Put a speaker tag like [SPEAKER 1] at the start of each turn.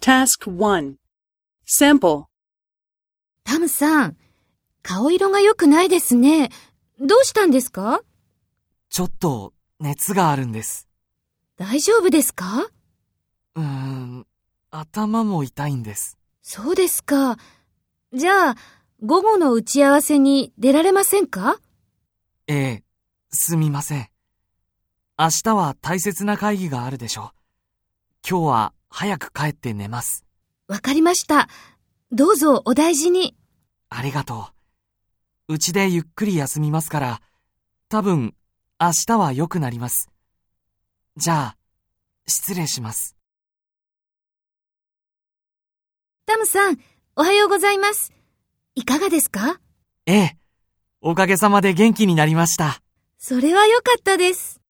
[SPEAKER 1] Task 1 Sample
[SPEAKER 2] タムさん、顔色が良くないですね。どうしたんですか
[SPEAKER 3] ちょっと熱があるんです。
[SPEAKER 2] 大丈夫ですか
[SPEAKER 3] うーん、頭も痛いんです。
[SPEAKER 2] そうですか。じゃあ、午後の打ち合わせに出られませんか
[SPEAKER 3] ええ、すみません。明日は大切な会議があるでしょう。今日は早く帰って寝ます。
[SPEAKER 2] わかりました。どうぞお大事に。
[SPEAKER 3] ありがとう。うちでゆっくり休みますから、多分明日は良くなります。じゃあ、失礼します。
[SPEAKER 2] タムさん、おはようございます。いかがですか
[SPEAKER 3] ええ。おかげさまで元気になりました。
[SPEAKER 2] それは良かったです。